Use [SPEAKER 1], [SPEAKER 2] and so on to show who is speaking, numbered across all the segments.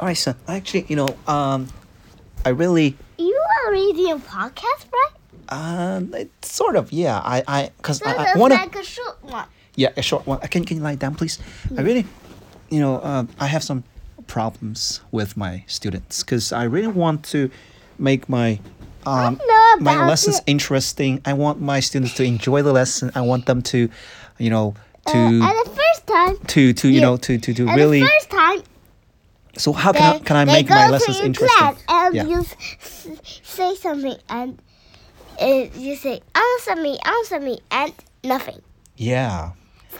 [SPEAKER 1] All right, son. Actually, you know, um, I really,
[SPEAKER 2] You are reading podcast, right?
[SPEAKER 1] um, it's sort of, yeah. I, I, cause
[SPEAKER 2] That
[SPEAKER 1] I, I
[SPEAKER 2] is
[SPEAKER 1] wanna,
[SPEAKER 2] like a short one.
[SPEAKER 1] yeah, a short one. Uh, Can, can you lie down, please? I
[SPEAKER 2] Mm.
[SPEAKER 1] really, you know, um, I have some problems with my students because I really want to make my, um,
[SPEAKER 2] know
[SPEAKER 1] my
[SPEAKER 2] about
[SPEAKER 1] lessons
[SPEAKER 2] it.
[SPEAKER 1] interesting. I want my students to enjoy the lesson. I want them to, you know, to,
[SPEAKER 2] Uh, and the first time,
[SPEAKER 1] to, to, you
[SPEAKER 2] yeah.
[SPEAKER 1] know, to, to, to
[SPEAKER 2] and
[SPEAKER 1] really.
[SPEAKER 2] the first time,
[SPEAKER 1] So how
[SPEAKER 2] they,
[SPEAKER 1] can I, can I
[SPEAKER 2] they
[SPEAKER 1] make
[SPEAKER 2] go
[SPEAKER 1] my
[SPEAKER 2] to
[SPEAKER 1] lessons
[SPEAKER 2] your
[SPEAKER 1] interesting?
[SPEAKER 2] Class and
[SPEAKER 1] yeah.
[SPEAKER 2] you s- s- say something, and uh, you say answer me, answer me, and nothing.
[SPEAKER 1] yeah.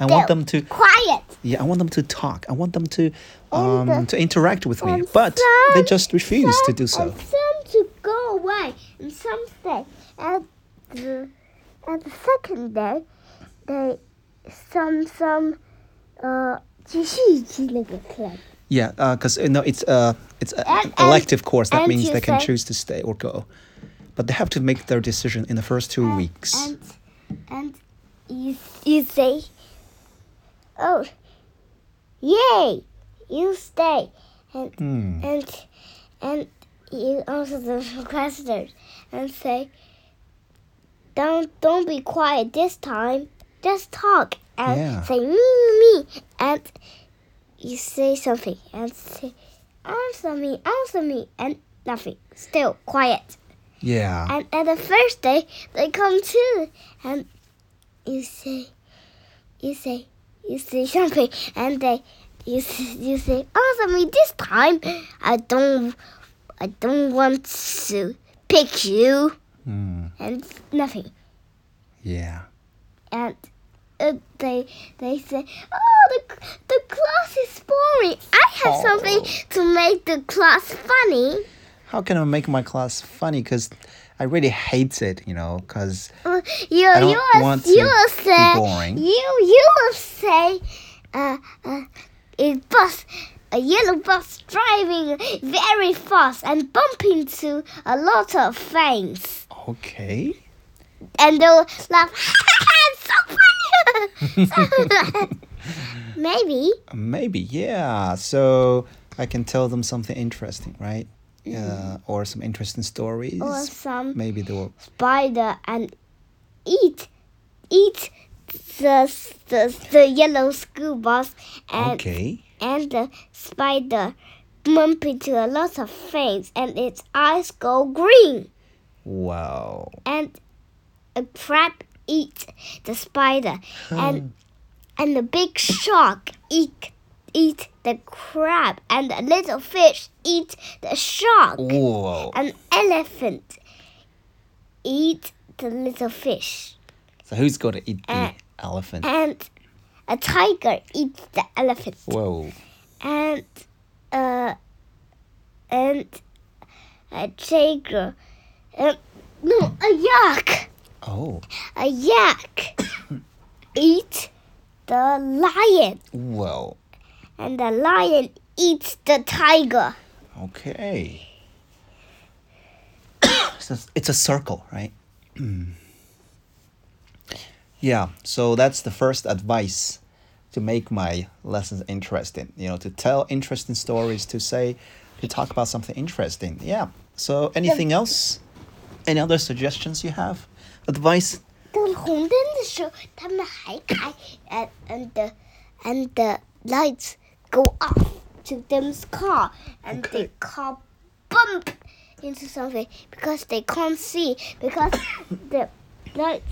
[SPEAKER 1] I want
[SPEAKER 2] They're
[SPEAKER 1] them to
[SPEAKER 2] quiet.
[SPEAKER 1] yeah, I want them to talk. I want them to
[SPEAKER 2] And, uh,
[SPEAKER 1] um, to interact with me,
[SPEAKER 2] and
[SPEAKER 1] but they
[SPEAKER 2] some-
[SPEAKER 1] just refuse to
[SPEAKER 2] some-
[SPEAKER 1] do so.
[SPEAKER 2] And some to go away, and some stay. And the, and the second day, they some some uh 继续去那个
[SPEAKER 1] Yeah, because no, it's uh, it's a-
[SPEAKER 2] And-
[SPEAKER 1] an
[SPEAKER 2] and-
[SPEAKER 1] elective course. That
[SPEAKER 2] and
[SPEAKER 1] means
[SPEAKER 2] you
[SPEAKER 1] they can
[SPEAKER 2] say-
[SPEAKER 1] choose to stay or go, but they have to make their decision in the first two weeks.
[SPEAKER 2] And and you you say, oh, yay, you stay, and
[SPEAKER 1] Hmm.
[SPEAKER 2] and and you answer the questions and say, don't don't be quiet this time, just talk and
[SPEAKER 1] Yeah.
[SPEAKER 2] say me me me," and you say something and say answer me answer me and nothing still quiet.
[SPEAKER 1] Yeah,
[SPEAKER 2] And at the first day, they come too. And you say, you say, you say something, and they, you s- you say, answer me this time. I don't, I don't want to pick you,
[SPEAKER 1] Hmm.
[SPEAKER 2] and nothing.
[SPEAKER 1] yeah,
[SPEAKER 2] And uh, they, they say, oh, the c- the class is boring. I have something to make the class funny.
[SPEAKER 1] how can I make my class funny? Because I really hate it, you know. Because
[SPEAKER 2] Uh, you
[SPEAKER 1] don't
[SPEAKER 2] you will-
[SPEAKER 1] want
[SPEAKER 2] you
[SPEAKER 1] to
[SPEAKER 2] will
[SPEAKER 1] be
[SPEAKER 2] say
[SPEAKER 1] boring.
[SPEAKER 2] you you will say uh, uh, a bus a yellow bus driving very fast and bump into a lot of things
[SPEAKER 1] okay,
[SPEAKER 2] and they'll laugh "It's so funny So- maybe
[SPEAKER 1] Maybe, yeah. So I can tell them something interesting, right? Uh, or some interesting stories.
[SPEAKER 2] Mm. or some
[SPEAKER 1] Maybe they will.
[SPEAKER 2] spider and eat eat the the, the yellow school bus and
[SPEAKER 1] Okay.
[SPEAKER 2] and the spider bump into a lot of things and its eyes go green
[SPEAKER 1] Wow.
[SPEAKER 2] and a crab eats the spider and and the big shark eat eat the crab and the little fish eat the shark
[SPEAKER 1] Whoa.
[SPEAKER 2] an elephant eat the little fish
[SPEAKER 1] So who's got to eat the
[SPEAKER 2] Uh,
[SPEAKER 1] elephant?
[SPEAKER 2] and a tiger eats the elephant
[SPEAKER 1] Whoa.
[SPEAKER 2] and uh and a tiger um, no a yak
[SPEAKER 1] Oh.
[SPEAKER 2] a yak eats the lion
[SPEAKER 1] Whoa.
[SPEAKER 2] and the lion eats the tiger
[SPEAKER 1] Okay. it's, a, it's a circle, right? yeah. So that's the first advice to make my lessons interesting. You know, to tell interesting stories, to say, to talk about something interesting. Yeah. So anything else? Any other suggestions you have? Advice?
[SPEAKER 2] 灯红灯的时候，他们还开 äh, and the and the lights go off to them's car and
[SPEAKER 1] Okay.
[SPEAKER 2] the car bump into something because they can't see because the light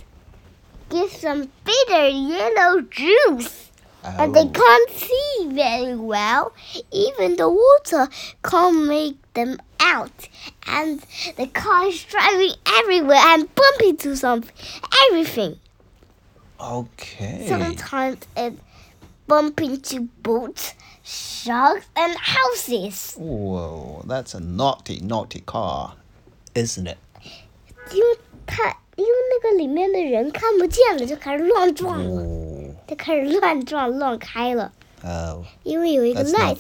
[SPEAKER 2] gives some bitter yellow juice and they
[SPEAKER 1] Oh.
[SPEAKER 2] can't see very well. Even the water can't make them out. And the car is driving everywhere and bumping to something, everything.
[SPEAKER 1] Okay.
[SPEAKER 2] Sometimes it bump into boats, sharks, and houses.
[SPEAKER 1] Whoa, that's a naughty, naughty car, isn't it?
[SPEAKER 2] 因为它因为那个里面的人看不见了，就开始乱撞了，
[SPEAKER 1] Oh.
[SPEAKER 2] 它开始乱撞乱开了，因为有一个
[SPEAKER 1] Oh. That's not
[SPEAKER 2] light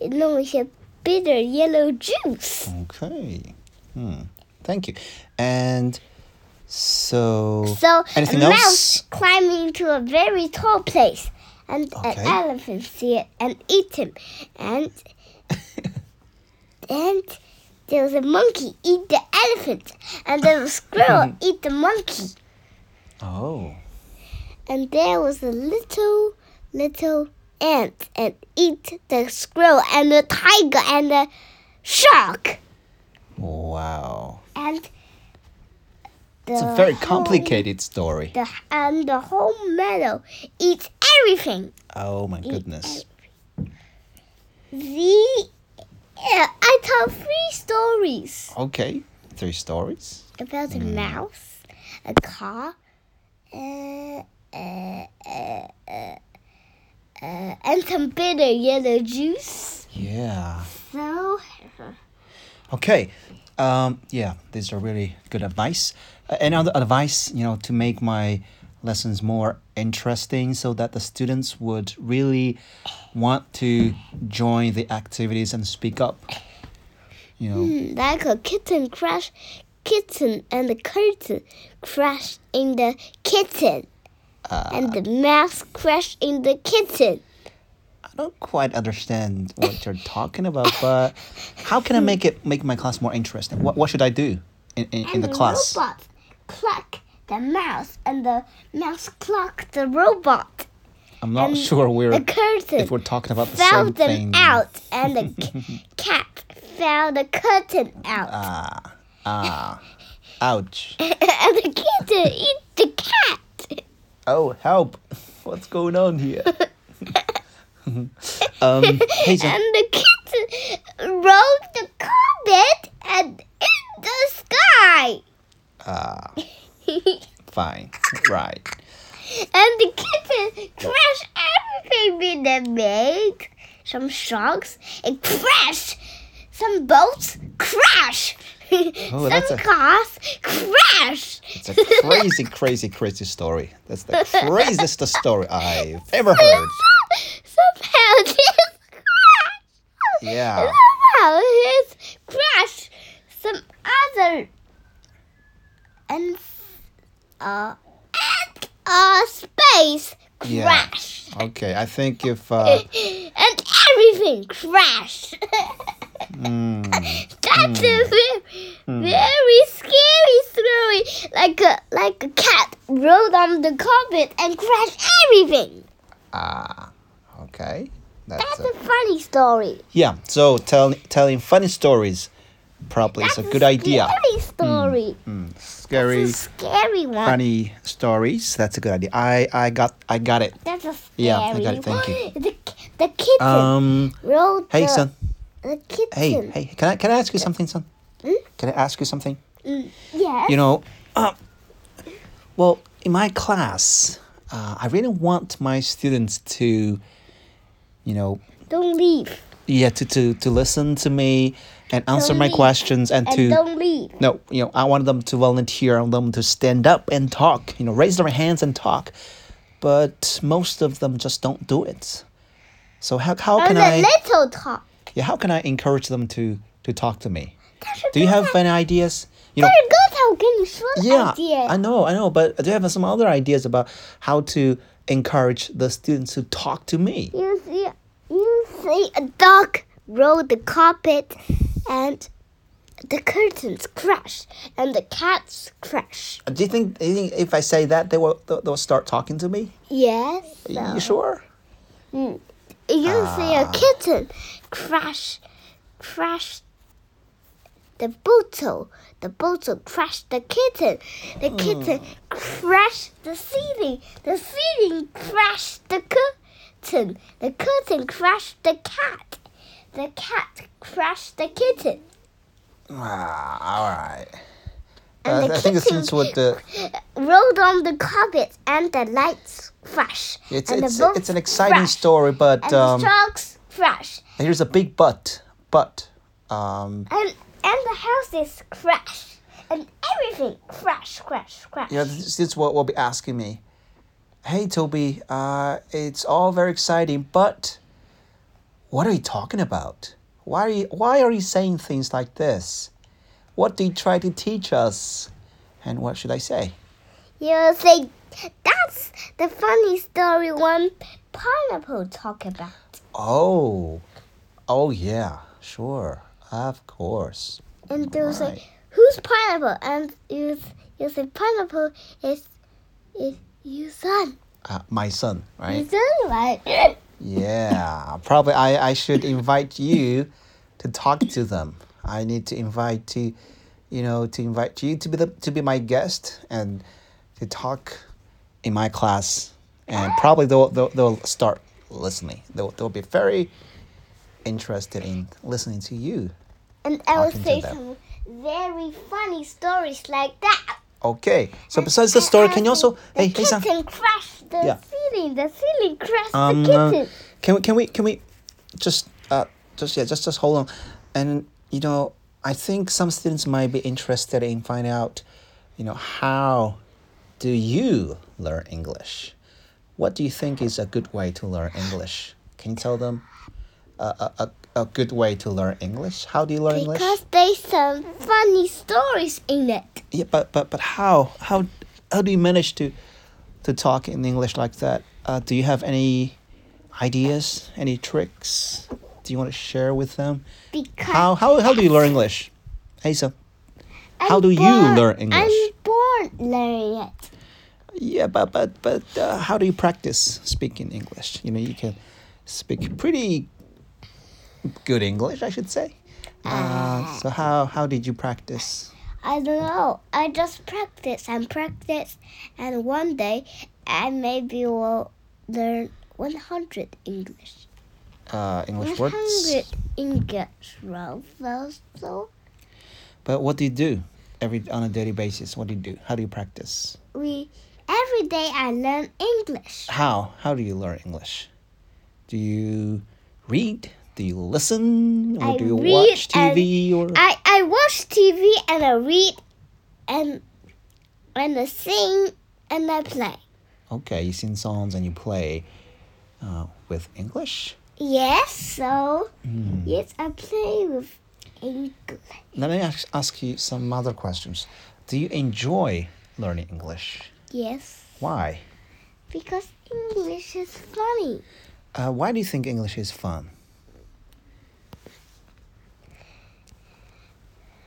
[SPEAKER 1] good.
[SPEAKER 2] 弄一些 bitter yellow juice。
[SPEAKER 1] Okay. Hmm. Thank you. And so,
[SPEAKER 2] So
[SPEAKER 1] anything
[SPEAKER 2] a mouse
[SPEAKER 1] else?
[SPEAKER 2] climbing to a very tall place, and
[SPEAKER 1] Okay.
[SPEAKER 2] an elephant see it and eat him, and and there was a monkey eat the elephant, and then the squirrel eat the monkey,
[SPEAKER 1] Oh.
[SPEAKER 2] and there was a little little ant and eat the squirrel and the tiger and the shark
[SPEAKER 1] Wow.
[SPEAKER 2] and. The
[SPEAKER 1] It's a very
[SPEAKER 2] whole-
[SPEAKER 1] complicated story.
[SPEAKER 2] The, and the whole meadow eats everything.
[SPEAKER 1] Oh
[SPEAKER 2] E
[SPEAKER 1] my goodness.
[SPEAKER 2] The yeah, uh, I told three stories
[SPEAKER 1] Okay. Three stories.
[SPEAKER 2] about a
[SPEAKER 1] Hmm.
[SPEAKER 2] mouse, a car, uh, uh, uh, uh, uh, and some bitter yellow juice.
[SPEAKER 1] Yeah.
[SPEAKER 2] So
[SPEAKER 1] Okay. Um, yeah, these are really good advice. Uh, any other advice, you know, to make my lessons more interesting so that the students would really want to join the activities and speak up? You know,
[SPEAKER 2] hmm, like a kitten crash, kitten and the curtain crashed in the kitten,
[SPEAKER 1] Uh.
[SPEAKER 2] and the mouse crashed in the kitten.
[SPEAKER 1] I don't quite understand what you're talking about, but how can I make it make my class more interesting? What, what should I do in, in, in
[SPEAKER 2] and
[SPEAKER 1] the class?
[SPEAKER 2] robot clock the mouse and the mouse clock the robot
[SPEAKER 1] I'm not sure we're
[SPEAKER 2] the curtain
[SPEAKER 1] if we're talking about the
[SPEAKER 2] fell
[SPEAKER 1] same
[SPEAKER 2] them
[SPEAKER 1] thing.
[SPEAKER 2] out and the c- cat fell the curtain out
[SPEAKER 1] Ah, ah, ouch.
[SPEAKER 2] and the kitten eat the cat
[SPEAKER 1] Oh, help! What's going on here? um, Hazel,
[SPEAKER 2] and the kitten rode the comet and in the sky
[SPEAKER 1] ah,
[SPEAKER 2] and
[SPEAKER 1] fine, right.
[SPEAKER 2] the kitten crashed everything they made some sharks it crashed some boats crash
[SPEAKER 1] Oh, that's
[SPEAKER 2] some
[SPEAKER 1] a-
[SPEAKER 2] cars crash
[SPEAKER 1] It's a crazy, crazy, crazy story. That's the craziest story I've ever heard.
[SPEAKER 2] somehow this crash
[SPEAKER 1] Yeah.
[SPEAKER 2] somehow his crash some other and uh and uh space
[SPEAKER 1] Yeah.
[SPEAKER 2] crash
[SPEAKER 1] Okay, I think if uh,
[SPEAKER 2] and everything crashed.
[SPEAKER 1] hmm,
[SPEAKER 2] That's a very, very scary story. Like a like a cat rode on the carpet and crashed everything.
[SPEAKER 1] ah, okay, that's
[SPEAKER 2] That's
[SPEAKER 1] a,
[SPEAKER 2] a funny story.
[SPEAKER 1] yeah. So tell, telling funny stories probably is
[SPEAKER 2] That's
[SPEAKER 1] a good idea.
[SPEAKER 2] Scary story.
[SPEAKER 1] Mm,
[SPEAKER 2] It's
[SPEAKER 1] scary,
[SPEAKER 2] a scary one.
[SPEAKER 1] funny stories. That's a good idea. I, I got, I got it.
[SPEAKER 2] That's a scary
[SPEAKER 1] Yeah, I got it,
[SPEAKER 2] one.
[SPEAKER 1] thank you.
[SPEAKER 2] The, ki- the kitten
[SPEAKER 1] Um,
[SPEAKER 2] rode
[SPEAKER 1] hey,
[SPEAKER 2] the,
[SPEAKER 1] son.
[SPEAKER 2] the
[SPEAKER 1] Hey,
[SPEAKER 2] kitten.
[SPEAKER 1] hey, can I can I ask you something, son?
[SPEAKER 2] Hmm?
[SPEAKER 1] Can I ask you something?
[SPEAKER 2] Mm, yes.
[SPEAKER 1] You know, uh, well, in my class, uh, I really want my students to, you know,
[SPEAKER 2] don't leave.
[SPEAKER 1] yeah, to to, to listen to me and answer
[SPEAKER 2] Don't
[SPEAKER 1] my
[SPEAKER 2] leave.
[SPEAKER 1] questions and,
[SPEAKER 2] And
[SPEAKER 1] to
[SPEAKER 2] don't leave.
[SPEAKER 1] no, you know, I want them to volunteer. I want them to stand up and talk. You know, raise their hands and talk. But most of them just don't do it. So how how
[SPEAKER 2] And
[SPEAKER 1] can
[SPEAKER 2] the
[SPEAKER 1] I
[SPEAKER 2] little talk.
[SPEAKER 1] yeah, how can I encourage them to to talk to me?
[SPEAKER 2] That's a
[SPEAKER 1] Do you
[SPEAKER 2] good
[SPEAKER 1] have
[SPEAKER 2] idea.
[SPEAKER 1] any ideas? You know,
[SPEAKER 2] Very good. How can you show the
[SPEAKER 1] yeah,
[SPEAKER 2] idea?
[SPEAKER 1] I know, I know, but do you have some other ideas about how to encourage the students to talk to me?
[SPEAKER 2] You see, you see a dog roll the carpet, and the curtains crash, and the cats crash.
[SPEAKER 1] Do you think, do you think if I say that they will they'll they'll start talking to me?
[SPEAKER 2] Yes.
[SPEAKER 1] You sure?
[SPEAKER 2] You see
[SPEAKER 1] Ah.
[SPEAKER 2] a kitten crash, crash. The bottle, the bottle crashed the kitten. The
[SPEAKER 1] Hmm.
[SPEAKER 2] kitten crashed the ceiling. The ceiling crashed the curtain. The curtain crashed the cat. The cat crashed the kitten.
[SPEAKER 1] Ah, all right.
[SPEAKER 2] And
[SPEAKER 1] Uh,
[SPEAKER 2] the
[SPEAKER 1] I think the
[SPEAKER 2] kitten-
[SPEAKER 1] students would. Uh,
[SPEAKER 2] rolled on the carpet and the lights flash.
[SPEAKER 1] it's
[SPEAKER 2] and
[SPEAKER 1] it's
[SPEAKER 2] the boats
[SPEAKER 1] it's an exciting
[SPEAKER 2] crash,
[SPEAKER 1] story, but
[SPEAKER 2] And
[SPEAKER 1] um,
[SPEAKER 2] the sharks crash.
[SPEAKER 1] here's a big but. But um,
[SPEAKER 2] And and the houses crash. And everything crash, crash, crash.
[SPEAKER 1] you know, the students will, will be asking me, "Hey, Toby, uh, it's all very exciting, but what are you talking about? Why are you Why are you saying things like this? What do you try to teach us? And what should I say?
[SPEAKER 2] You say that's the funny story one pineapple talk about.
[SPEAKER 1] Oh, oh yeah, sure. Of course.
[SPEAKER 2] And they will
[SPEAKER 1] Right.
[SPEAKER 2] say, "Who's pineapple?" And you you say, "Pineapple is is your son."
[SPEAKER 1] Uh, my son,
[SPEAKER 2] Your
[SPEAKER 1] right?
[SPEAKER 2] son, right?
[SPEAKER 1] Yeah. Probably I, I should invite you to talk to them. I need to invite to, you know, to invite you to be the to be my guest and to talk in my class. And probably they'll they'll, they'll start listening. They'll, they'll be very interested in listening to you.
[SPEAKER 2] And I will
[SPEAKER 1] Talking to
[SPEAKER 2] say
[SPEAKER 1] them.
[SPEAKER 2] some very funny stories like that.
[SPEAKER 1] Okay. So besides the story, can you also
[SPEAKER 2] The
[SPEAKER 1] hey hey
[SPEAKER 2] kitten
[SPEAKER 1] Sam,
[SPEAKER 2] crashed the
[SPEAKER 1] Yeah.
[SPEAKER 2] ceiling. The ceiling crashed
[SPEAKER 1] um
[SPEAKER 2] the
[SPEAKER 1] uh,
[SPEAKER 2] kitten.
[SPEAKER 1] can we can we can we just uh just yeah just just hold on, and you know I think some students might be interested in finding out, you know how do you learn English? What do you think is a good way to learn English? Can you tell them a a, a, a good way to learn English? How do you learn English?
[SPEAKER 2] Because there's some funny stories in it.
[SPEAKER 1] Yeah, but but but how how how do you manage to to talk in English like that? Uh, do you have any ideas, any tricks? Do you want to share with them?
[SPEAKER 2] Because
[SPEAKER 1] How how how do you learn English? Hey, so how
[SPEAKER 2] I'm
[SPEAKER 1] do you
[SPEAKER 2] born-
[SPEAKER 1] learn English?
[SPEAKER 2] I'm born learning it.
[SPEAKER 1] Yeah, but but but uh, how do you practice speaking English? You know, you can speak pretty good English, I should say. Uh, so how how did you practice?
[SPEAKER 2] I don't know. I just practice and practice, and one day I maybe will learn 100 English.
[SPEAKER 1] Uh, English
[SPEAKER 2] 100
[SPEAKER 1] words.
[SPEAKER 2] English words. So
[SPEAKER 1] But what do you do every on a daily basis? What do you do? How do you practice?
[SPEAKER 2] we every day I learn English.
[SPEAKER 1] How how do you learn English? Do you read? Do you listen? Or
[SPEAKER 2] I
[SPEAKER 1] do you
[SPEAKER 2] read
[SPEAKER 1] watch
[SPEAKER 2] and-
[SPEAKER 1] TV? Or
[SPEAKER 2] I I watch TV and I read, and and I sing and I play.
[SPEAKER 1] okay, you sing songs and you play uh, with English.
[SPEAKER 2] Yes, so
[SPEAKER 1] Hmm.
[SPEAKER 2] yes, I play with English.
[SPEAKER 1] Let me ask, ask you some other questions. Do you enjoy learning English?
[SPEAKER 2] Yes,
[SPEAKER 1] Why?
[SPEAKER 2] because English is funny.
[SPEAKER 1] Uh, why do you think English is fun?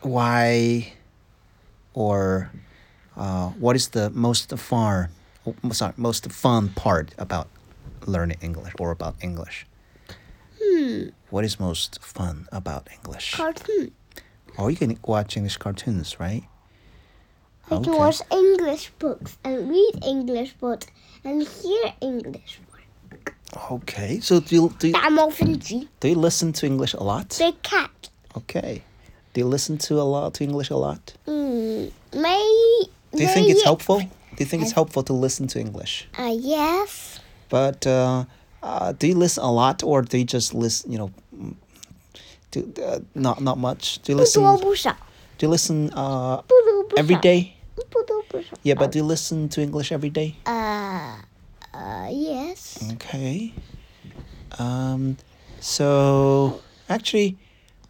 [SPEAKER 1] Why or uh, what is the most fun, oh, sorry, most fun part about learning English or about English?
[SPEAKER 2] Hmm,
[SPEAKER 1] What is most fun about English?
[SPEAKER 2] cartoon.
[SPEAKER 1] Or you can watch English cartoons, right?
[SPEAKER 2] I can
[SPEAKER 1] Okay.
[SPEAKER 2] watch English books and read English books and hear English.
[SPEAKER 1] Okay, so do you, do you,
[SPEAKER 2] I'm often G.
[SPEAKER 1] do you listen to English a lot?
[SPEAKER 2] Big cat.
[SPEAKER 1] Okay. Do you listen to a lot to English a lot?
[SPEAKER 2] Hmm. May.
[SPEAKER 1] Do you
[SPEAKER 2] may
[SPEAKER 1] think it's
[SPEAKER 2] it-
[SPEAKER 1] helpful? Do you think it's helpful to listen to English?
[SPEAKER 2] Uh, yes.
[SPEAKER 1] But uh, uh, do you listen a lot, or do you just listen? You know, mm, do uh, not not much. Do you
[SPEAKER 2] 不
[SPEAKER 1] listen?
[SPEAKER 2] 多不少，
[SPEAKER 1] Do you listen uh,
[SPEAKER 2] 不多不少。
[SPEAKER 1] every day?
[SPEAKER 2] 不多不少。
[SPEAKER 1] Yeah, but do you listen to English every day?
[SPEAKER 2] Uh, uh, yes.
[SPEAKER 1] Okay. Um, so actually,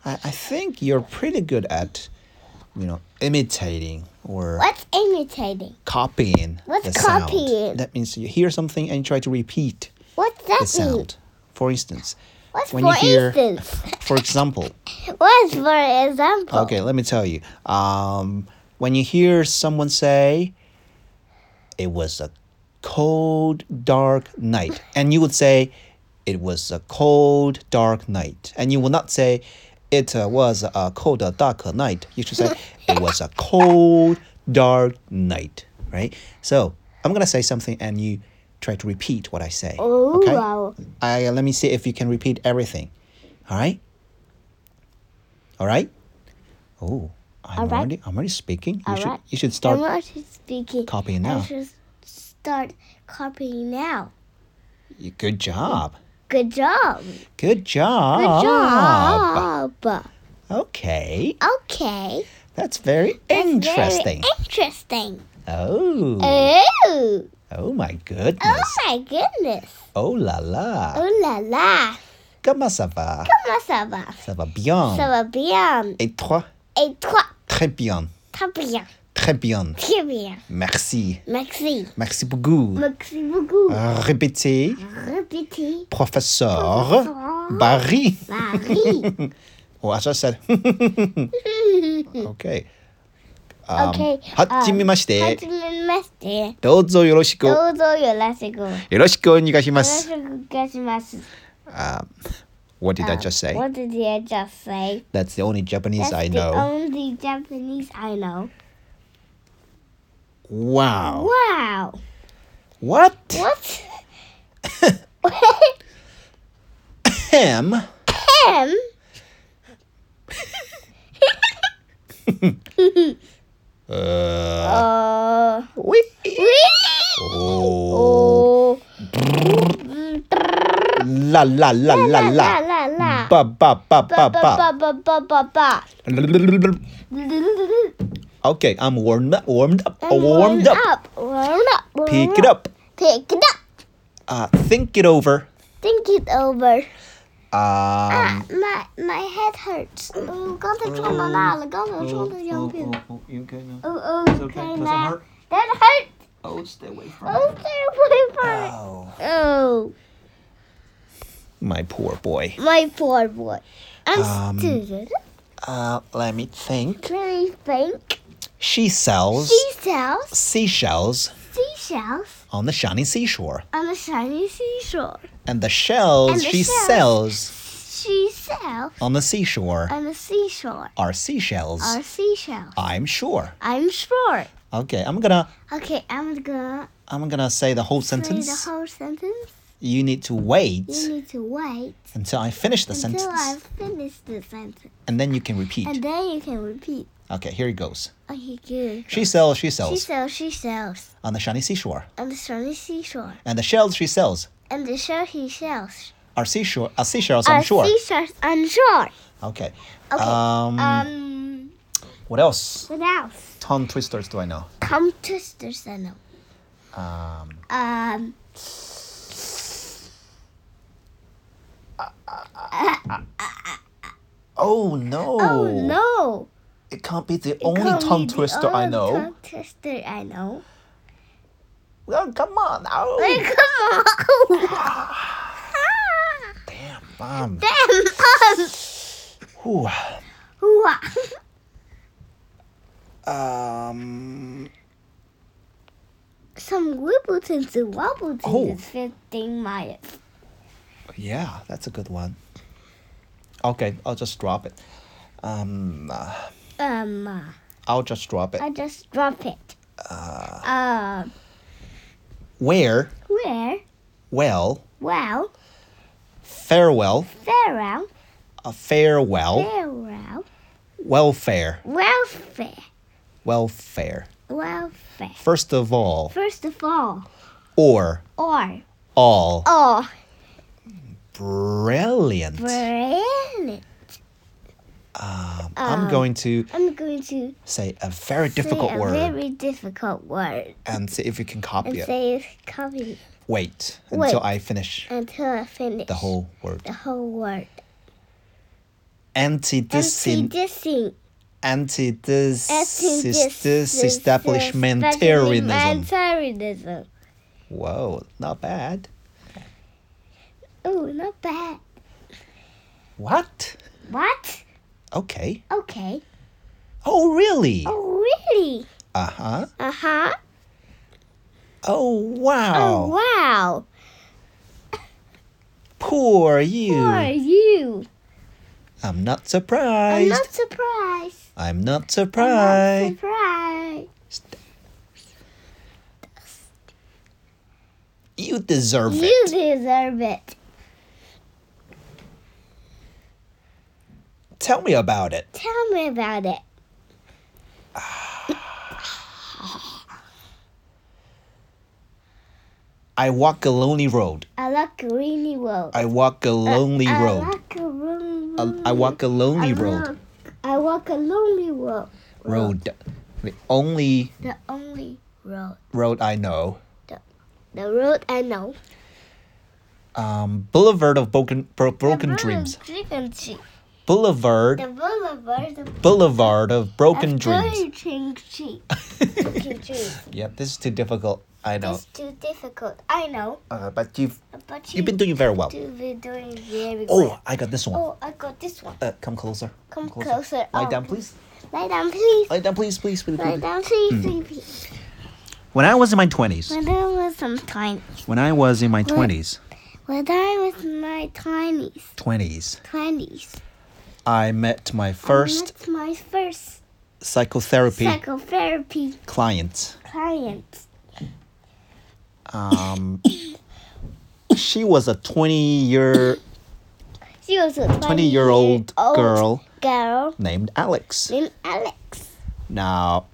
[SPEAKER 1] I, I think you're pretty good at, you know, imitating or
[SPEAKER 2] What's imitating?
[SPEAKER 1] copying.
[SPEAKER 2] What's
[SPEAKER 1] the sound.
[SPEAKER 2] copying?
[SPEAKER 1] That means you hear something and you try to repeat.
[SPEAKER 2] What's that
[SPEAKER 1] the
[SPEAKER 2] mean?
[SPEAKER 1] sound. For instance,
[SPEAKER 2] What's
[SPEAKER 1] when
[SPEAKER 2] for
[SPEAKER 1] you hear-
[SPEAKER 2] instance?
[SPEAKER 1] for example,
[SPEAKER 2] What's for example?
[SPEAKER 1] okay, let me tell you. Um, when you hear someone say, "It was a cold, dark night," and you would say, "It was a cold, dark night," and you will not say, "It uh, was a cold, uh, dark night." You should say, "It was a cold, dark night." Right. So I'm gonna say something, and you try to repeat what I say.
[SPEAKER 2] Oh,
[SPEAKER 1] okay.
[SPEAKER 2] wow.
[SPEAKER 1] I uh, let me see if you can repeat everything. All right. All right. Oh, I'm
[SPEAKER 2] All right.
[SPEAKER 1] already I'm already speaking. You
[SPEAKER 2] All
[SPEAKER 1] should
[SPEAKER 2] right.
[SPEAKER 1] you should
[SPEAKER 2] I'm
[SPEAKER 1] start.
[SPEAKER 2] not speaking.
[SPEAKER 1] copying now.
[SPEAKER 2] I should start copying now.
[SPEAKER 1] Good job.
[SPEAKER 2] Good job.
[SPEAKER 1] Good job.
[SPEAKER 2] Good
[SPEAKER 1] Ah.
[SPEAKER 2] job.
[SPEAKER 1] Okay,
[SPEAKER 2] Okay.
[SPEAKER 1] that's very interesting.
[SPEAKER 2] Very interesting.
[SPEAKER 1] oh,
[SPEAKER 2] Oh,
[SPEAKER 1] oh my
[SPEAKER 2] oh
[SPEAKER 1] goodness.
[SPEAKER 2] my goodness.
[SPEAKER 1] Oh la la.
[SPEAKER 2] Oh la la.
[SPEAKER 1] Comment ça va?
[SPEAKER 2] Comment ça va?
[SPEAKER 1] Ça va bien.
[SPEAKER 2] Ça va bien.
[SPEAKER 1] Et toi?
[SPEAKER 2] Et toi?
[SPEAKER 1] Très bien.
[SPEAKER 2] Très bien.
[SPEAKER 1] Très bien.
[SPEAKER 2] Très bien.
[SPEAKER 1] Merci.
[SPEAKER 2] Merci.
[SPEAKER 1] Merci beaucoup.
[SPEAKER 2] Merci beaucoup.
[SPEAKER 1] Euh. Répétez,
[SPEAKER 2] Répétez.
[SPEAKER 1] professeur Barry.
[SPEAKER 2] Marie.
[SPEAKER 1] Or as I said, okay. Um,
[SPEAKER 2] Okay.
[SPEAKER 1] はじめまして
[SPEAKER 2] はじめまして。
[SPEAKER 1] どうぞよろしく。
[SPEAKER 2] ど
[SPEAKER 1] よ
[SPEAKER 2] うぞよろしく。よ
[SPEAKER 1] ろしくお願いしま
[SPEAKER 2] ろ
[SPEAKER 1] す
[SPEAKER 2] し。くお願いします。
[SPEAKER 1] Um, what did I just say?
[SPEAKER 2] Uh, What did I just say?
[SPEAKER 1] That's the only Japanese
[SPEAKER 2] That's
[SPEAKER 1] I
[SPEAKER 2] the
[SPEAKER 1] know.
[SPEAKER 2] only Japanese I know.
[SPEAKER 1] Wow.
[SPEAKER 2] Wow.
[SPEAKER 1] What?
[SPEAKER 2] What?
[SPEAKER 1] Him?
[SPEAKER 2] Him?
[SPEAKER 1] Uh,
[SPEAKER 2] Uh.
[SPEAKER 1] we. Oh.
[SPEAKER 2] Oh.
[SPEAKER 1] La la la la
[SPEAKER 2] La
[SPEAKER 1] la.
[SPEAKER 2] la la.
[SPEAKER 1] Ba ba ba ba ba.
[SPEAKER 2] ba ba ba ba.
[SPEAKER 1] Okay, I'm warmed up. Warmed up.
[SPEAKER 2] I'm
[SPEAKER 1] Oh, warmed up.
[SPEAKER 2] Warm up. warmed
[SPEAKER 1] Pick it up.
[SPEAKER 2] Pick it up.
[SPEAKER 1] Uh, think it over.
[SPEAKER 2] Think it over.
[SPEAKER 1] Um. Oh,
[SPEAKER 2] Ah, my my head hurts. 嗯，刚才撞到那了，刚才撞到右边。
[SPEAKER 1] you okay now?
[SPEAKER 2] 哦哦
[SPEAKER 1] It's oh. okay.
[SPEAKER 2] 看
[SPEAKER 1] Does it
[SPEAKER 2] 那
[SPEAKER 1] hurt?
[SPEAKER 2] oh, ，That hurt.
[SPEAKER 1] Oh, stay away from
[SPEAKER 2] Oh, there we are.
[SPEAKER 1] Oh,
[SPEAKER 2] Oh,
[SPEAKER 1] my poor boy.
[SPEAKER 2] my poor boy. I'm
[SPEAKER 1] Um,
[SPEAKER 2] stupid.
[SPEAKER 1] Uh, let me think.
[SPEAKER 2] Very think.
[SPEAKER 1] She sells
[SPEAKER 2] She sells
[SPEAKER 1] seashells
[SPEAKER 2] seashells
[SPEAKER 1] on the shiny seashore.
[SPEAKER 2] on the shiny seashore.
[SPEAKER 1] And the shells
[SPEAKER 2] And the
[SPEAKER 1] she
[SPEAKER 2] shells.
[SPEAKER 1] sells
[SPEAKER 2] She sells
[SPEAKER 1] on the seashore
[SPEAKER 2] on the seashore
[SPEAKER 1] are seashells.
[SPEAKER 2] are seashells.
[SPEAKER 1] I'm sure.
[SPEAKER 2] I'm sure.
[SPEAKER 1] Okay, I'm gonna
[SPEAKER 2] Okay, I'm gonna
[SPEAKER 1] I'm gonna say the whole
[SPEAKER 2] say
[SPEAKER 1] sentence.
[SPEAKER 2] the whole sentence.
[SPEAKER 1] you need to wait
[SPEAKER 2] You need to wait
[SPEAKER 1] until I finish the
[SPEAKER 2] until
[SPEAKER 1] sentence,
[SPEAKER 2] I finish the sentence,
[SPEAKER 1] and then you can repeat.
[SPEAKER 2] and then you can repeat.
[SPEAKER 1] Okay, here it goes.
[SPEAKER 2] Okay, good.
[SPEAKER 1] She sells, she
[SPEAKER 2] She
[SPEAKER 1] sells
[SPEAKER 2] sells, she sells
[SPEAKER 1] on the shiny seashore,
[SPEAKER 2] on the sunny seashore,
[SPEAKER 1] and the shells she sells
[SPEAKER 2] and the shell he sells
[SPEAKER 1] are seashore are seashells. I'm
[SPEAKER 2] are
[SPEAKER 1] sure.
[SPEAKER 2] seashells on shore.
[SPEAKER 1] Okay.
[SPEAKER 2] Okay,
[SPEAKER 1] Um,
[SPEAKER 2] Um,
[SPEAKER 1] what else?
[SPEAKER 2] what else?
[SPEAKER 1] Tongue twisters do I know?
[SPEAKER 2] Come twisters, I know.
[SPEAKER 1] Um,
[SPEAKER 2] Um.
[SPEAKER 1] oh no!
[SPEAKER 2] Oh no!
[SPEAKER 1] It can't be the
[SPEAKER 2] It
[SPEAKER 1] only
[SPEAKER 2] can't be
[SPEAKER 1] tongue
[SPEAKER 2] the
[SPEAKER 1] twister I
[SPEAKER 2] only
[SPEAKER 1] know.
[SPEAKER 2] Tongue twister I know.
[SPEAKER 1] Oh, come on. Oh,
[SPEAKER 2] Hey, come
[SPEAKER 1] damn, mom.
[SPEAKER 2] on! Damn! um,
[SPEAKER 1] Ooh.
[SPEAKER 2] hoo-ah.
[SPEAKER 1] Um,
[SPEAKER 2] Some Wibbletons and Wobbletons
[SPEAKER 1] Oh.
[SPEAKER 2] is 15 miles.
[SPEAKER 1] yeah, that's a good one. Okay, I'll just drop it. Um, uh,
[SPEAKER 2] Um, uh,
[SPEAKER 1] I'll just drop it.
[SPEAKER 2] I just drop it. Um,
[SPEAKER 1] Where,
[SPEAKER 2] where?
[SPEAKER 1] well,
[SPEAKER 2] Well,
[SPEAKER 1] farewell,
[SPEAKER 2] Pharaoh,
[SPEAKER 1] a farewell,
[SPEAKER 2] Pharaoh,
[SPEAKER 1] welfare,
[SPEAKER 2] welfare,
[SPEAKER 1] welfare.
[SPEAKER 2] welfare.
[SPEAKER 1] First of all,
[SPEAKER 2] First of all,
[SPEAKER 1] or,
[SPEAKER 2] or,
[SPEAKER 1] all.
[SPEAKER 2] or,
[SPEAKER 1] Brilliant.
[SPEAKER 2] brilliant.
[SPEAKER 1] Um, I'm going to
[SPEAKER 2] I'm going to
[SPEAKER 1] say a very difficult
[SPEAKER 2] say a
[SPEAKER 1] word
[SPEAKER 2] very difficult word
[SPEAKER 1] and see if you can
[SPEAKER 2] and
[SPEAKER 1] copy it.
[SPEAKER 2] say it's copy
[SPEAKER 1] Wait
[SPEAKER 2] Wait.
[SPEAKER 1] until I finish
[SPEAKER 2] until I finish
[SPEAKER 1] the whole word.
[SPEAKER 2] the whole word.
[SPEAKER 1] Anti-disin-
[SPEAKER 2] Anti-dissing.
[SPEAKER 1] anti-dis- disestablishmentarianism.
[SPEAKER 2] Anti-disestablishmentarianism.
[SPEAKER 1] Whoa, not bad.
[SPEAKER 2] Oh, not bad.
[SPEAKER 1] What?
[SPEAKER 2] What?
[SPEAKER 1] Okay.
[SPEAKER 2] Okay.
[SPEAKER 1] Oh, really?
[SPEAKER 2] Oh, really?
[SPEAKER 1] Uh huh.
[SPEAKER 2] Uh huh.
[SPEAKER 1] Oh,
[SPEAKER 2] Oh,
[SPEAKER 1] wow.
[SPEAKER 2] wow.
[SPEAKER 1] Poor you.
[SPEAKER 2] Who are you?
[SPEAKER 1] I'm not
[SPEAKER 2] I'm
[SPEAKER 1] surprised.
[SPEAKER 2] not surprised.
[SPEAKER 1] I'm not
[SPEAKER 2] I'm
[SPEAKER 1] surprised.
[SPEAKER 2] not surprised.
[SPEAKER 1] You deserve
[SPEAKER 2] You
[SPEAKER 1] it.
[SPEAKER 2] deserve it.
[SPEAKER 1] Tell me about it.
[SPEAKER 2] Tell me about it.
[SPEAKER 1] I walk a lonely road.
[SPEAKER 2] I like a rainy road.
[SPEAKER 1] I walk
[SPEAKER 2] Uh,
[SPEAKER 1] a lonely
[SPEAKER 2] I
[SPEAKER 1] road.
[SPEAKER 2] like a lonely
[SPEAKER 1] A- I walk a lonely
[SPEAKER 2] uh,
[SPEAKER 1] road.
[SPEAKER 2] I walk a lonely road.
[SPEAKER 1] Road. The only
[SPEAKER 2] The only road.
[SPEAKER 1] road I know.
[SPEAKER 2] The road I know.
[SPEAKER 1] Um, Boulevard of Broken, bro-
[SPEAKER 2] The
[SPEAKER 1] broken
[SPEAKER 2] road
[SPEAKER 1] Dreams.
[SPEAKER 2] of Broken dreams. The
[SPEAKER 1] Boulevard.
[SPEAKER 2] boulevard of
[SPEAKER 1] Boulevard of Broken Dreams.
[SPEAKER 2] Broken dreams.
[SPEAKER 1] Yep, this is too difficult. I know.
[SPEAKER 2] It's too difficult. I know.
[SPEAKER 1] Uh, but you've
[SPEAKER 2] But you
[SPEAKER 1] you've been doing very well.
[SPEAKER 2] You've been doing very
[SPEAKER 1] Oh,
[SPEAKER 2] well.
[SPEAKER 1] I got this one.
[SPEAKER 2] Oh, I got this one.
[SPEAKER 1] Uh, come closer.
[SPEAKER 2] Come closer.
[SPEAKER 1] Lie
[SPEAKER 2] Oh.
[SPEAKER 1] down, please.
[SPEAKER 2] Lie down, please.
[SPEAKER 1] Lie down, please, please, please.
[SPEAKER 2] Lie
[SPEAKER 1] please.
[SPEAKER 2] down, please, please, please.
[SPEAKER 1] When I was in my twenties,
[SPEAKER 2] When I was some tiny,
[SPEAKER 1] when I was in my
[SPEAKER 2] When-
[SPEAKER 1] twenties,
[SPEAKER 2] when I was in my tinies,
[SPEAKER 1] twenties,
[SPEAKER 2] twenties,
[SPEAKER 1] I met my
[SPEAKER 2] Uh-huh.
[SPEAKER 1] first
[SPEAKER 2] that's my first
[SPEAKER 1] psychotherapy
[SPEAKER 2] psychotherapy
[SPEAKER 1] client.
[SPEAKER 2] client.
[SPEAKER 1] Um, she was a twenty-year,
[SPEAKER 2] She was a
[SPEAKER 1] twenty-year-old girl
[SPEAKER 2] girl
[SPEAKER 1] named Alex.
[SPEAKER 2] named Alex.
[SPEAKER 1] Now,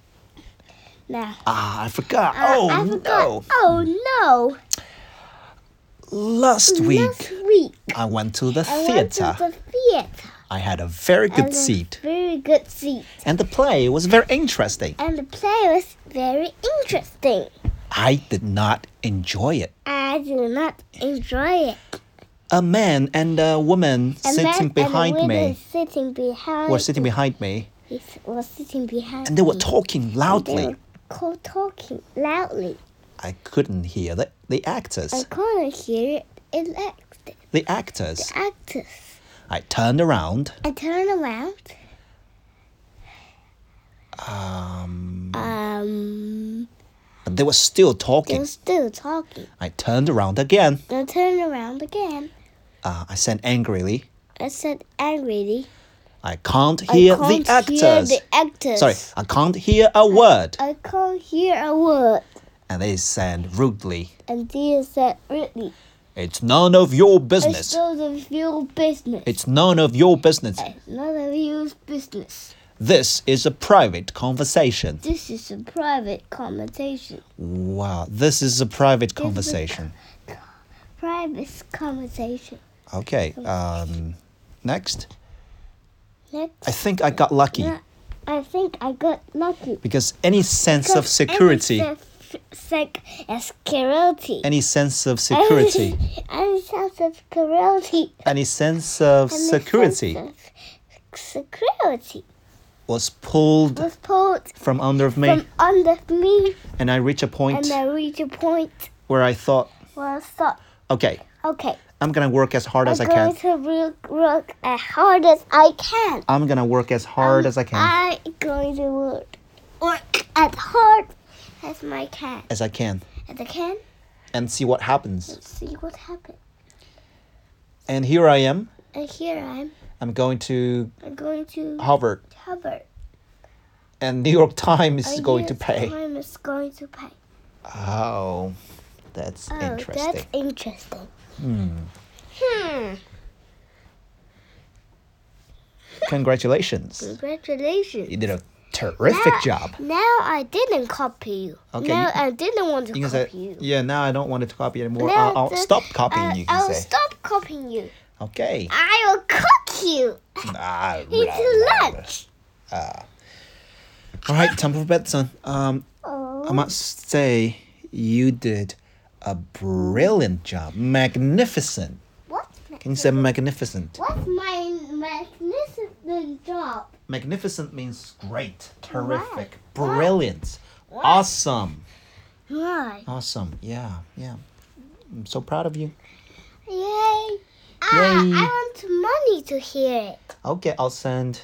[SPEAKER 2] Now,
[SPEAKER 1] ah, I forgot.
[SPEAKER 2] Uh, I-
[SPEAKER 1] oh
[SPEAKER 2] I forgot.
[SPEAKER 1] no!
[SPEAKER 2] Oh
[SPEAKER 1] Last
[SPEAKER 2] no!
[SPEAKER 1] week
[SPEAKER 2] Last week,
[SPEAKER 1] I went to the
[SPEAKER 2] I went
[SPEAKER 1] theater.
[SPEAKER 2] to the theater.
[SPEAKER 1] I had a very
[SPEAKER 2] and
[SPEAKER 1] good
[SPEAKER 2] a
[SPEAKER 1] seat,
[SPEAKER 2] Very good seat.
[SPEAKER 1] and the play was very interesting.
[SPEAKER 2] And the play was very interesting.
[SPEAKER 1] I did not enjoy it.
[SPEAKER 2] I do not enjoy it.
[SPEAKER 1] A man and a woman
[SPEAKER 2] A man
[SPEAKER 1] sitting
[SPEAKER 2] and a
[SPEAKER 1] behind
[SPEAKER 2] woman
[SPEAKER 1] me
[SPEAKER 2] Sitting behind.
[SPEAKER 1] were sitting behind me,
[SPEAKER 2] He s- was sitting behind.
[SPEAKER 1] and they were
[SPEAKER 2] me.
[SPEAKER 1] talking
[SPEAKER 2] Mm. They were
[SPEAKER 1] loudly.
[SPEAKER 2] co- talking loudly.
[SPEAKER 1] I couldn't hear the, the
[SPEAKER 2] I
[SPEAKER 1] actors.
[SPEAKER 2] couldn't hear it. It lacked the
[SPEAKER 1] The actors.
[SPEAKER 2] actors.
[SPEAKER 1] I turned around.
[SPEAKER 2] I turned around.
[SPEAKER 1] Um,
[SPEAKER 2] Um,
[SPEAKER 1] but they were still
[SPEAKER 2] they
[SPEAKER 1] talking.
[SPEAKER 2] were still talking.
[SPEAKER 1] I turned around again.
[SPEAKER 2] I turned around again.
[SPEAKER 1] Uh, I said angrily,
[SPEAKER 2] I said angrily.
[SPEAKER 1] "I can't hear
[SPEAKER 2] I can't
[SPEAKER 1] the actors."
[SPEAKER 2] Hear the actors.
[SPEAKER 1] Sorry, I can't hear a word.
[SPEAKER 2] I can't uh, hear a word.
[SPEAKER 1] And they said rudely,
[SPEAKER 2] And they said really.
[SPEAKER 1] "It's none of your
[SPEAKER 2] It's
[SPEAKER 1] business.
[SPEAKER 2] none of your business.
[SPEAKER 1] It's none of your business.
[SPEAKER 2] It's none of your business.
[SPEAKER 1] This is a private conversation."
[SPEAKER 2] This is a private conversation.
[SPEAKER 1] Wow, this is a private conversation.
[SPEAKER 2] Private conversation.
[SPEAKER 1] Okay, um, next.
[SPEAKER 2] Next.
[SPEAKER 1] I think I got lucky
[SPEAKER 2] Yeah, I think I got lucky.
[SPEAKER 1] because any sense of
[SPEAKER 2] Because
[SPEAKER 1] security,
[SPEAKER 2] any se- sec- uh, security.
[SPEAKER 1] any sense of security,
[SPEAKER 2] Any sense of security.
[SPEAKER 1] any sense of
[SPEAKER 2] Any
[SPEAKER 1] security
[SPEAKER 2] sense of Security
[SPEAKER 1] was pulled
[SPEAKER 2] was pulled
[SPEAKER 1] from under of me,
[SPEAKER 2] from under me,
[SPEAKER 1] and I reached a point
[SPEAKER 2] and I reached a point
[SPEAKER 1] where I thought,
[SPEAKER 2] where I thought,
[SPEAKER 1] okay,
[SPEAKER 2] okay,
[SPEAKER 1] I'm gonna work as hard as I
[SPEAKER 2] I'm going
[SPEAKER 1] can.
[SPEAKER 2] to work, work as hard as I can.
[SPEAKER 1] I'm gonna work as hard
[SPEAKER 2] Um,
[SPEAKER 1] as I can,
[SPEAKER 2] I'm going to work, work as hard as my can.
[SPEAKER 1] as I can,
[SPEAKER 2] As I can,
[SPEAKER 1] and see what happens.
[SPEAKER 2] let's see what happens.
[SPEAKER 1] And here I am.
[SPEAKER 2] And Uh, here I'm.
[SPEAKER 1] I'm going to
[SPEAKER 2] I'm going to
[SPEAKER 1] Harvard,
[SPEAKER 2] Harvard.
[SPEAKER 1] and New York Times is
[SPEAKER 2] And
[SPEAKER 1] going to
[SPEAKER 2] Oh, yes,
[SPEAKER 1] pay.
[SPEAKER 2] I'm is going to pay.
[SPEAKER 1] Oh, that's
[SPEAKER 2] Oh,
[SPEAKER 1] interesting.
[SPEAKER 2] that's interesting.
[SPEAKER 1] Hmm.
[SPEAKER 2] Hmm.
[SPEAKER 1] Congratulations.
[SPEAKER 2] Congratulations.
[SPEAKER 1] You did a terrific
[SPEAKER 2] Now-
[SPEAKER 1] job.
[SPEAKER 2] Now I didn't copy you.
[SPEAKER 1] Okay,
[SPEAKER 2] Now
[SPEAKER 1] you-
[SPEAKER 2] I didn't want to
[SPEAKER 1] You can say,
[SPEAKER 2] copy you.
[SPEAKER 1] yeah, now I don't want to copy anymore.
[SPEAKER 2] Now
[SPEAKER 1] I'll, I'll
[SPEAKER 2] the-
[SPEAKER 1] stop copying
[SPEAKER 2] I-
[SPEAKER 1] you, you can
[SPEAKER 2] I'll
[SPEAKER 1] say.
[SPEAKER 2] stop copying you.
[SPEAKER 1] Okay.
[SPEAKER 2] I will cook you.
[SPEAKER 1] Ah,
[SPEAKER 2] It's
[SPEAKER 1] blah, blah, blah.
[SPEAKER 2] lunch.
[SPEAKER 1] All right, time for bed, son. Um,
[SPEAKER 2] Oh,
[SPEAKER 1] I must say, you did a brilliant job. Magnificent.
[SPEAKER 2] what's
[SPEAKER 1] Can you say magnificent?
[SPEAKER 2] what's my magnificent job?
[SPEAKER 1] Magnificent means great,
[SPEAKER 2] Correct.
[SPEAKER 1] terrific, brilliant, awesome.
[SPEAKER 2] Right.
[SPEAKER 1] Awesome. Yeah, yeah. I'm so proud of you.
[SPEAKER 2] Yay. Ah,
[SPEAKER 1] Yay.
[SPEAKER 2] I want money to hear it.
[SPEAKER 1] Okay, I'll send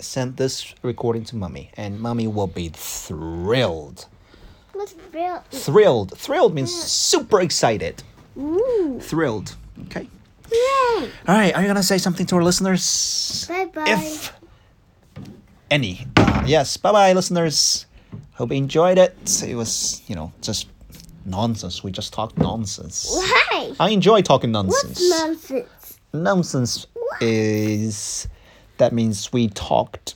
[SPEAKER 1] send this recording to mommy, and mommy will be thrilled.
[SPEAKER 2] What's real?
[SPEAKER 1] Thrilled. Thrilled means super excited.
[SPEAKER 2] Ooh.
[SPEAKER 1] Thrilled. Okay.
[SPEAKER 2] Yay.
[SPEAKER 1] All right. Are you gonna say something to our listeners?
[SPEAKER 2] Bye bye.
[SPEAKER 1] If any. Uh, yes. Bye bye, listeners. Hope you enjoyed it. It was, you know, just nonsense. We just talked nonsense.
[SPEAKER 2] Why?
[SPEAKER 1] I enjoy talking nonsense.
[SPEAKER 2] What's nonsense?
[SPEAKER 1] nonsense is that means we talked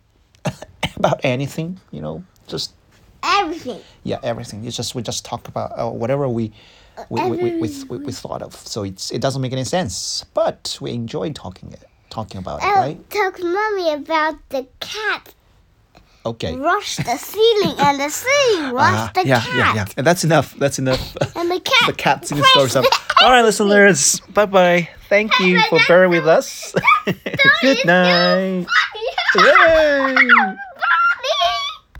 [SPEAKER 1] about anything you know just
[SPEAKER 2] Everything.
[SPEAKER 1] yeah everything it's just we just talk about uh, whatever we we, we, we, we, we, we thought of so it's it doesn't make any sense but we enjoy talking it talking about it
[SPEAKER 2] Oh,
[SPEAKER 1] right
[SPEAKER 2] talk to mommy about the cat
[SPEAKER 1] okay
[SPEAKER 2] rushed the ceiling and the ceiling
[SPEAKER 1] Uh,
[SPEAKER 2] rushed the
[SPEAKER 1] yeah,
[SPEAKER 2] cat.
[SPEAKER 1] yeah yeah And that's enough that's enough
[SPEAKER 2] And the cat.
[SPEAKER 1] the cat's in the store stuff all right listeners bye bye thank you for bearing with us good night Yay!